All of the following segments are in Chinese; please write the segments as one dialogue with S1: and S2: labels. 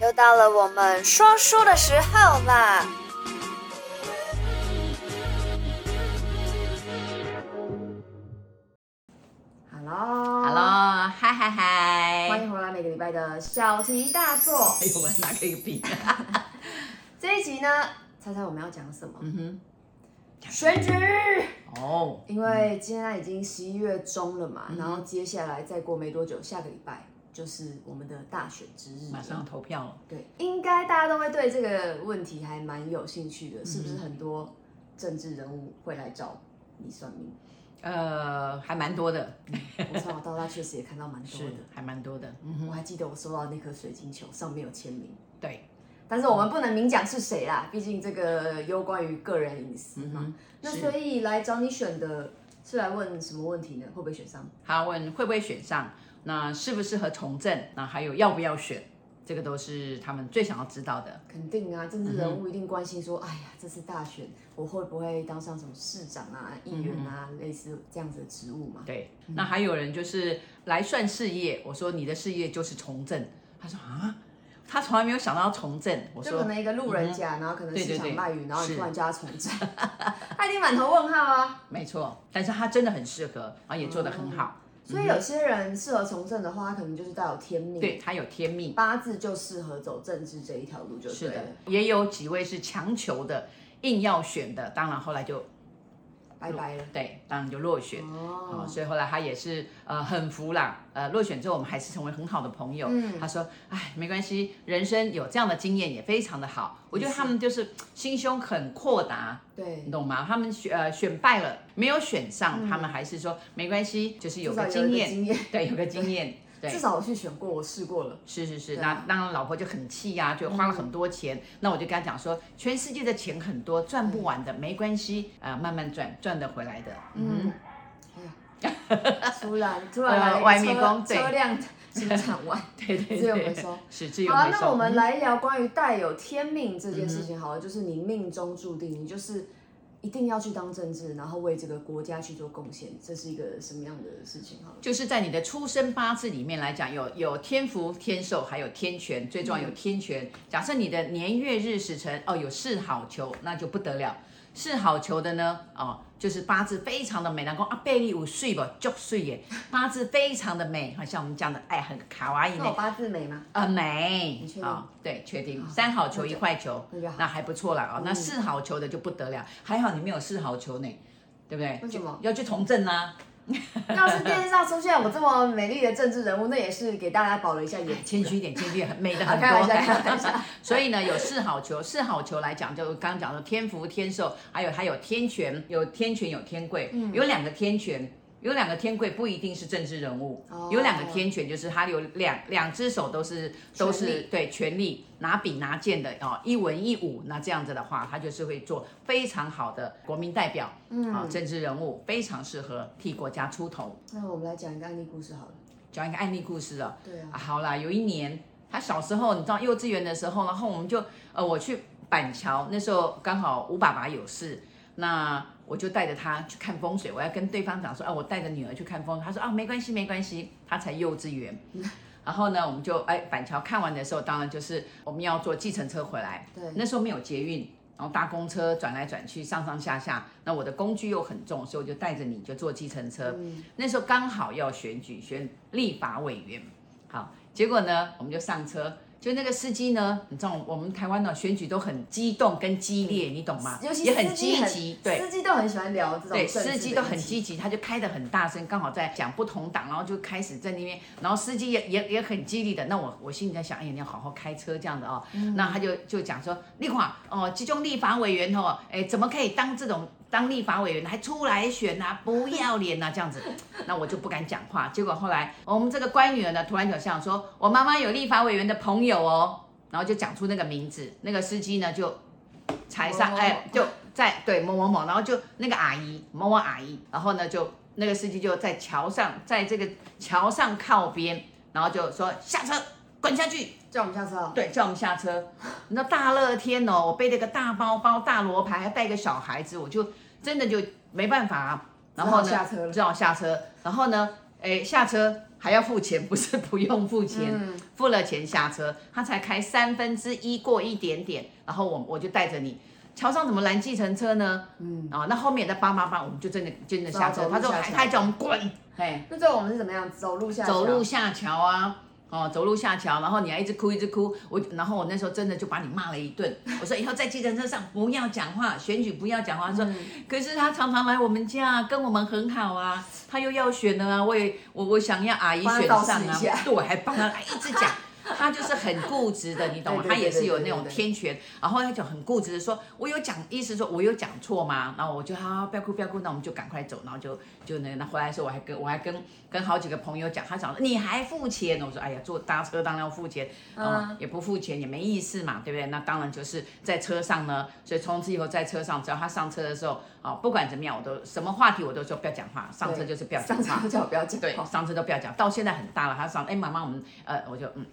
S1: 又到了我们说书的时候啦！
S2: Hello，Hello，
S3: Hello，嗨嗨嗨！
S2: 欢迎回来每个礼拜的小题大做。
S3: 哎呦，我拿个笔。
S2: 这一集呢，猜猜我们要讲什么？
S3: 嗯
S2: 选举。
S3: 哼，哦，
S2: 因为现在已经十一月中了嘛，
S3: 嗯
S2: 然后接下来再过没多久，下个礼拜就是我们的大选之日。
S3: 马上要投票了。
S2: 对，应该大家都会对这个问题还蛮有兴趣的，是不是？
S3: 嗯
S2: 很多政治人物会来找你算命。
S3: 呃，还蛮多的，
S2: 我从小到大确实也看到蛮多
S3: 是
S2: 的。
S3: 还蛮多的。嗯哼，
S2: 我还记得我收到那颗水晶球，上面有签名，
S3: 对，
S2: 但是我们不能明讲是谁啦，毕竟这个攸关于个人隐私
S3: 嗯
S2: 嘛。
S3: 哼，
S2: 那
S3: 是
S2: 所以来找你选的是来问什么问题呢？会不会选上？
S3: 他问会不会选上，那适不适合从政，那还有要不要选，这个都是他们最想要知道的。嗯
S2: 肯定啊，政治人物一定关心说，哎呀，这次大选我会不会当上什么市长啊、议
S3: 嗯
S2: 员啊，类似这样子的职务嘛？
S3: 对，那还有人就是来算事业，我说你的事业就是从政，他说啊，他从来没有想到要从政，我
S2: 就可
S3: 说嗯
S2: 能一个路人甲，然后可能市
S3: 对对
S2: 场
S3: 对
S2: 卖鱼，然后你
S3: 是
S2: 突然叫他从政，他一定满头问号啊。
S3: 没错，但是他真的很适合，然后也做得很好，
S2: 所以有些人适合从政的话，他可能就是带有天命，
S3: 对他有天命。
S2: 八字就适合走政治这一条路，就是对了
S3: 的，也有几位是强求的，硬要选的，当然后来就
S2: 拜拜了。
S3: 对，当然就落选。
S2: 哦，
S3: 哦，所以后来他也是呃很服啦，呃落选之后我们还是成为很好的朋友。嗯，他说，哎，没关系，人生有这样的经验也非常的好。我觉得他们就是心胸很阔达，
S2: 对嗯
S3: 你，懂吗？他们选呃选败了，没有选上，他们还是说没关系，就是有
S2: 至
S3: 个
S2: 少
S3: 经
S2: 一
S3: 验，
S2: 经验，
S3: 对，有个经验，对
S2: 至。少我去选过，我试过了。
S3: 是是是，
S2: 对啊嗯
S3: 那当然老婆就很气呀、就花了很多钱。那我就跟她讲说，全世界的钱很多，赚不完的，没关系，啊，慢慢赚，赚得回来的。
S2: 嗯，哎呀，突然突然来了一
S3: 呃
S2: 个
S3: 外面工
S2: 车
S3: 对
S2: 车辆 停场外，
S3: 对对
S2: 自由回
S3: 对，
S2: 收。
S3: 是自由
S2: 好了，啊
S3: 回收。
S2: 那我们来聊关于带有天命这件
S3: 嗯
S2: 事情。好了，就是你命中注定，你就是一定要去当政治，然后为这个国家去做贡献，这是一个什么样的事情？好了，
S3: 就是在你的出生八字里面来讲，有有天福、天寿，还有天权，最重要有
S2: 嗯
S3: 天权。假设你的年月日时辰哦有四好球，那就不得了。四好球的呢，哦，就是八字非常的美，然后啊贝利五岁吧，就岁耶，八字非常的美，好像我们讲的哎很卡哇伊
S2: 那
S3: 呢
S2: 我，八字美吗？
S3: 啊，没
S2: 你确，定
S3: 啊，对，确定三好球一坏球
S2: 那就好，嗯
S3: 那还不错啦啊。那四好球的就不得了，还好你没有四好球呢，对不对？
S2: 为什么
S3: 就要去啊从政啦？
S2: 要是电视上出现我这么美丽的政治人物，那也是给大家保了一下眼
S3: 哎。谦虚一点，谦虚一点，美的
S2: 啊
S3: 很
S2: 开玩
S3: 多。
S2: 笑开玩笑
S3: 所以呢，有四好球，四好球来讲，就刚刚讲的天福、天寿，还有还有天权，有天权有天贵，
S2: 嗯
S3: 有两个天权。有两个天贵不一定是政治人物，
S2: 哦
S3: 有两个天权就是他有两两只手都是都
S2: 权
S3: 是
S2: 力
S3: 对权力拿笔拿剑的哦，一文一武，那这样子的话，他就是会做非常好的国民代表，嗯，啊、政治人物非常适合替国家出头。
S2: 那我们来讲一个案例故事好了。
S3: 讲一个案例故事哦，
S2: 对啊，
S3: 啊，好啦，有一年他小时候，你知道幼稚园的时候，然后我们就呃我去板桥，那时候刚好吴爸爸有事，那我就带着他去看风水，我要跟对方讲说，啊，我带着女儿去看风水，他说啊，没关系没关系，他才幼稚园。然后呢，我们就哎板桥看完的时候，当然就是我们要坐计程车回来，
S2: 对，
S3: 那时候没有捷运。然后搭公车转来转去，上上下下。那我的工具又很重，所以我就带着你就坐计程车。
S2: 嗯，
S3: 那时候刚好要选举选立法委员，好，结果呢，我们就上车，就那个司机呢，你知道我们台湾的选举都很激动跟激烈，你懂吗？
S2: 嗯尤其
S3: 也很
S2: 司机
S3: 积极，对。
S2: 司机都很喜欢聊这种
S3: 对，
S2: 政治的
S3: 司机都
S2: 议
S3: 很
S2: 题
S3: 积极，他就开得很大声，刚好在讲不同党，然后就开始在那边，然后司机也也也很激励的。那我我心里在想，哎呀，你要好好开车这样的哦。
S2: 嗯
S3: 那他就就讲说，立华哦，集中立法委员哦，哎，怎么可以当这种当立法委员还出来选啊，不要脸啊这样子。那我就不敢讲话。结果后来我们这个乖女儿呢，突然就想说，我妈妈有立法委员的朋友哦，然后就讲出那个名字，那个司机呢就踩上，
S2: 某某某
S3: 哎，就在对某某某，然后就那个阿姨某某阿姨，然后呢就那个司机就在桥上，在这个桥上靠边，然后就说下车。滚下去！
S2: 叫我们下车哦。
S3: 对，叫我们 下车。你知道大热天哦，我背了个大包包、大罗盘，还带个小孩子，我就真的就没办法啊、然后呢，
S2: 只好下车了
S3: 只好下车。然后呢，哎，下车还要付钱，不是不用付钱，
S2: 嗯
S3: 付了钱下车，他才开三分之一过一点点，然后我我就带着你。桥上怎么拦计程车呢？嗯，哦，那后面的帮帮帮，我们就真的真的下车。
S2: 走
S3: 他
S2: 走
S3: 说
S2: 路下
S3: 还
S2: 桥
S3: 他还叫我们滚，哎，
S2: 那最后我们是怎么样？走路下
S3: 走
S2: 桥
S3: 路下桥啊，哦，走路下桥，然后你还一直哭一直哭，我然后我那时候真的就把你骂了一 顿，我说以后在计程车上不要讲话，选举不要讲话。他
S2: 嗯
S3: 说，可是他常常来我们家，跟我们很好啊，他又要选了啊，我也我我想要阿姨
S2: 帮他
S3: 选
S2: 告知
S3: 上
S2: 一
S3: 啊
S2: 下，
S3: 对，我还帮他一直讲。他就是很固执的，你懂 吗？
S2: 对对
S3: 他也是有
S2: 对
S3: 那
S2: 对对
S3: 种
S2: 对对
S3: 天权，然后他就很固执的说：“我有讲，意思说我有讲错吗？”然后我就好、啊，不要哭，不要哭，那我们就赶快走，然后就就那个那回来的时候，我还跟我还跟跟好几个朋友讲，他讲你还付钱，我说哎呀，坐搭车当然要付钱，
S2: 嗯
S3: 啊、也不付钱也没意思嘛，对不对？那当然就是在车上呢，所以从此以后在车上，只要他上车的时候啊、不管怎么样，我都什么话题我都说不要讲话，上车就是不要讲
S2: 上
S3: 话
S2: 车。叫我不要讲
S3: 对，
S2: 话，
S3: 上车都不要讲，到现在很大了。他上，哎，妈妈，我们，呃，我就，嗯，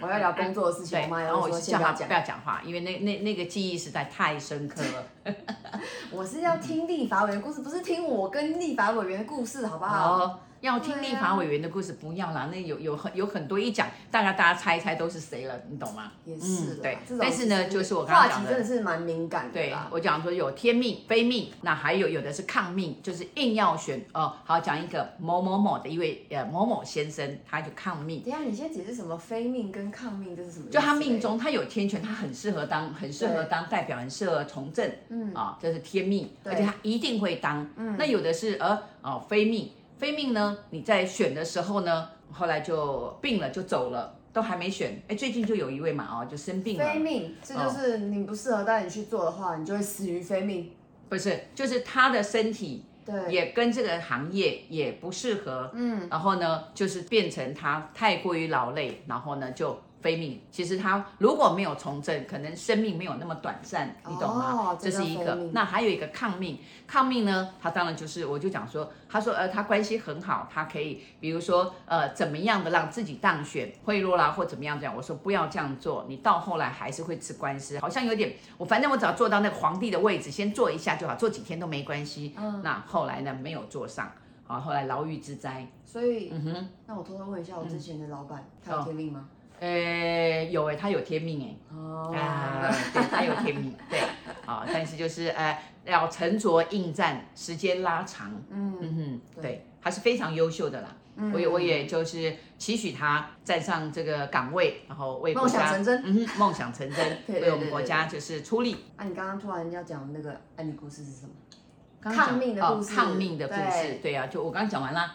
S2: 我要聊工作的事情，
S3: 对
S2: 我，妈也
S3: 然后
S2: 会
S3: 我就
S2: 说先
S3: 叫
S2: 不
S3: 他
S2: 要
S3: 不
S2: 讲。
S3: 要讲话，因为那那那个记忆实在太深刻了。
S2: 我是要听立法委员的故事，不是听我跟立法委员的故事，好不好？
S3: 哦，要听立法委员的故事，不要啦，那有有很有很多一讲，大家大家猜一猜都是谁了，你懂吗？
S2: 也是啦
S3: 嗯对
S2: 这种
S3: 但是呢就是我刚刚
S2: 话
S3: 讲
S2: 题
S3: 的
S2: 真的是蛮敏感的
S3: 对
S2: 啦。
S3: 我讲说有天命、非命，那还有有的是抗命，就是硬要选哦。好，讲一个某某某的一位呃某某先生，他就抗命，
S2: 等一下，你先解释什么非命跟抗命，这是什么意思？
S3: 就他命中他有天权，他很适合当，很适合当代表，很适合从政，嗯啊，这是天命，
S2: 对
S3: 而且他一定会当。嗯，那有的是呃哦非命，非命呢，你在选的时候呢，后来就病了就走了，都还没选。哎，最近就有一位嘛哦，哦就生病了
S2: 欸非，命，这就是你不适合带你去做的话，你就会死于非命。
S3: 不是，就是他的身体
S2: 对，
S3: 也跟这个行业也不适合，嗯，然后呢，就是变成他太过于劳累，然后呢就非命。其实他如果没有从政，可能生命没有那么短暂，你懂吗？
S2: 哦
S3: 这是一
S2: 这叫
S3: 个
S2: 非命。
S3: 那还有一个抗命，抗命呢，他当然就是我就讲说，他说呃，他关系很好，他可以比如说呃怎么样的让自己当选贿赂啦，或怎么样这样。我说不要这样做，你到后来还是会吃官司，好像有点我反正我只要坐到那个皇帝的位置，先坐一下就好，坐几天都没关系。那后来呢，没有坐上，啊，后来牢狱之灾。
S2: 所以，
S3: 嗯
S2: 那我偷偷问一下，我之前的老板他
S3: 哦
S2: 有天命吗？
S3: 呃，有哎、他有天命哎、
S2: 哦
S3: 啊，对，他有天 命，对，啊，但是就是呃，要沉着应战，时间拉长，嗯嗯哼，对，他是非常优秀的啦，
S2: 嗯
S3: 我也我也就是期许他站上这个岗位，然后为国
S2: 梦想
S3: 家
S2: 成真
S3: 嗯哼，梦想成真，
S2: 对对
S3: 为我们
S2: 对
S3: 国
S2: 对
S3: 家就是出力。
S2: 啊，你刚刚突然要讲那个安妮故事是什么？
S3: 刚刚讲
S2: 抗命的故事
S3: 哦抗命的故事
S2: 对，
S3: 对啊，就我刚刚讲完啦。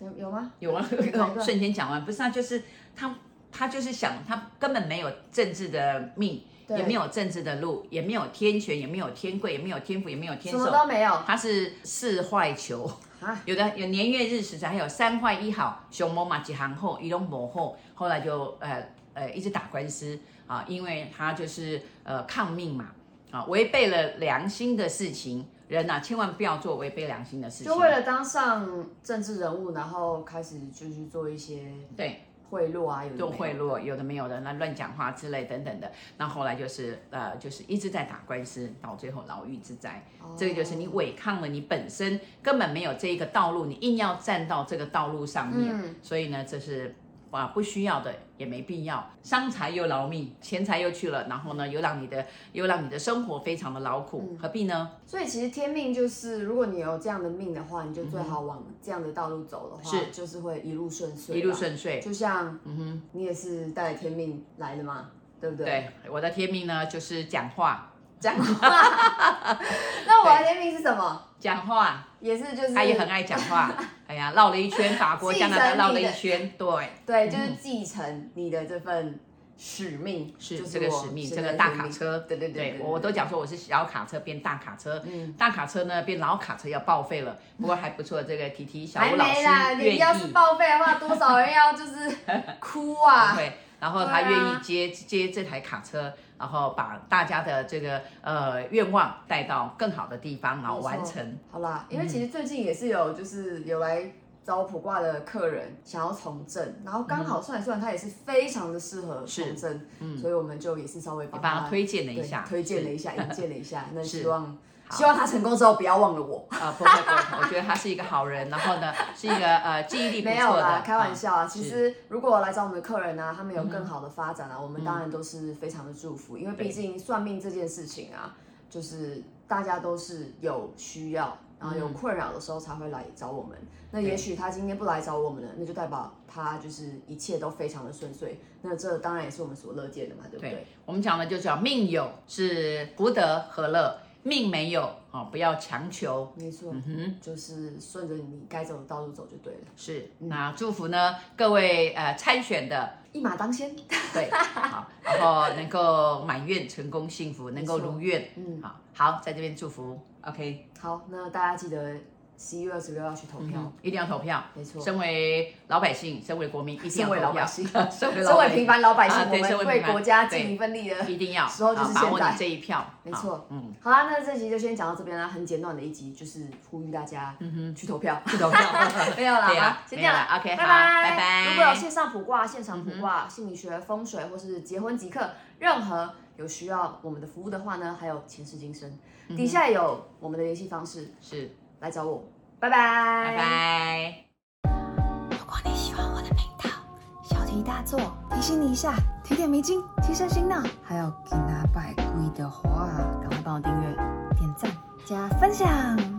S2: 有 有吗？
S3: 有啊
S2: 哪一，个
S3: 瞬间讲完，不是啊，就是他他就是想，他根本没有政治的命，
S2: 对
S3: 也没有政治的路，也没有天权，也没有天贵，也没有天赋，也没有天
S2: 什么
S3: 寿，
S2: 都没有。
S3: 他是四坏球
S2: 啊。
S3: 有的有年月日时辰，还有三坏一好，熊猫嘛几行后，一龙某后，后来就呃呃一直打官司啊，因为他就是呃抗命嘛啊，违背了良心的事情，人呐、千万不要做违背良心的事情。
S2: 就为了当上政治人物，然后开始就去做一些
S3: 对
S2: 贿赂啊，有的
S3: 做
S2: 没有
S3: 贿赂，有的没有的，那乱讲话之类等等的。那后来就是呃，就是一直在打官司，到最后牢狱之灾。这个就是你违抗了你本身根本没有这一个道路，你硬要站到这个道路上面，所以呢，这是。啊，不需要的也没必要，伤财又劳命，钱财又去了，然后呢，又让你的又让你的生活非常的劳苦，何必呢？
S2: 所以其实天命就是，如果你有这样的命的话，你就最好往这样的道路走的话，
S3: 嗯是
S2: 就是会一路顺遂，
S3: 一路。顺遂。
S2: 就像，嗯哼，你也是带着天命来的嘛，对不对？
S3: 对，我的天命呢就是讲话，
S2: 讲话。 那我的天命是什么？
S3: 讲话，
S2: 也是就是，
S3: 他也很爱讲话。哎呀，绕了一圈，法国、
S2: 继
S3: 加
S2: 承
S3: 拿大绕了
S2: 你
S3: 一
S2: 的
S3: 圈，对，
S2: 对，
S3: 嗯
S2: 就是继承你的这份使命，
S3: 是
S2: 就是
S3: 这个
S2: 我
S3: 使命，
S2: 现
S3: 这个
S2: 在
S3: 大
S2: 天
S3: 卡
S2: 命
S3: 车，
S2: 对对对，嗯
S3: 我我都讲说我是小卡车变大卡车，大卡车呢变老卡车要报废了，不过还不错，这个提提小
S2: 还
S3: 吴老
S2: 没啦，
S3: 师愿
S2: 你
S3: 意，
S2: 要是报废的话，多少人要 就是哭啊！
S3: 对，然后他愿意接、接这台卡车，然后把大家的这个呃愿望带到更好的地方，然后完成。嗯
S2: 好啦，因为其实最近也是有就是有来找我卜卦的客人想要从政，然后
S3: 嗯
S2: 刚好算一算，他也是非常的适合从政，所以我们就也是稍微帮
S3: 帮
S2: 他
S3: 他推荐了一
S2: 啊对
S3: 下，
S2: 推荐了
S3: 是
S2: 一下，引荐了一下。那
S3: 是
S2: 希望希望他成功之后不要忘了我。
S3: 啊，不会不会，我觉得他是一个好人，然后呢是一个呃记忆力不
S2: 没有
S3: 错
S2: 啦
S3: 的，，嗯
S2: 开玩笑啊。其
S3: 是嗯
S2: 实如果来找我们的客人啊，他们有更好的发展啊，我们当然都是非常的祝福，因为
S3: 对
S2: 毕竟算命这件事情啊，就是大家都是有需要。然后有
S3: 嗯
S2: 困扰的时候才会来找我们。那也许他今天不来找我们了，那就代表他就是一切都非常的顺遂。那这当然也是我们所乐见的嘛，对不对？
S3: 对，我们讲的就叫命有是福德和乐，命没有哦，不要强求。
S2: 没错，就是顺着你该走的道路走就对了，
S3: 是，那祝福呢各位呃参选的，
S2: 一马当先。
S3: 对，好，然后能够满愿成功幸福，能够
S2: 没错
S3: 如愿，
S2: 嗯
S3: 好好在这边祝福，OK，
S2: 好，那大家记得十一月二十六要去投票。
S3: 嗯，一定要投票，
S2: 没错
S3: 身为老百姓，身为国民，一定要
S2: 身为
S3: 投
S2: 老
S3: 票，
S2: 百姓
S3: 身为
S2: 身
S3: 老
S2: 为
S3: 百
S2: 平
S3: 姓。
S2: 凡老百姓，
S3: 啊对身
S2: 我
S3: 为
S2: 们
S3: 平
S2: 为
S3: 凡
S2: 国家
S3: 对
S2: 尽一份力的。
S3: 一定要
S2: 时候就是
S3: 好把握
S2: 现在
S3: 你这一票，
S2: 没
S3: 好
S2: 错，
S3: 嗯，
S2: 好啊啦，那这集就先讲到这边啦，很简短的一集，就是呼吁大家，嗯哼，去投票。
S3: 不投票
S2: 没有啦，
S3: 对啊
S2: 好先这样
S3: 没有啦，OK，
S2: 拜
S3: 好
S2: 拜
S3: 拜拜嗯
S2: 如果有线上卜卦、现场卜卦、心理学、风水或是结婚即刻，任何有需要我们的服务的话呢，还有前世今生，底下有我们的联系方式，
S3: 嗯是，
S2: 来找我，拜拜，
S3: 拜拜。
S4: 如果你喜欢我的频道，小题大做，提醒你一下，提点迷津，提升心脑。还有给他拜龟的话，赶快帮我订阅、点赞、加分享。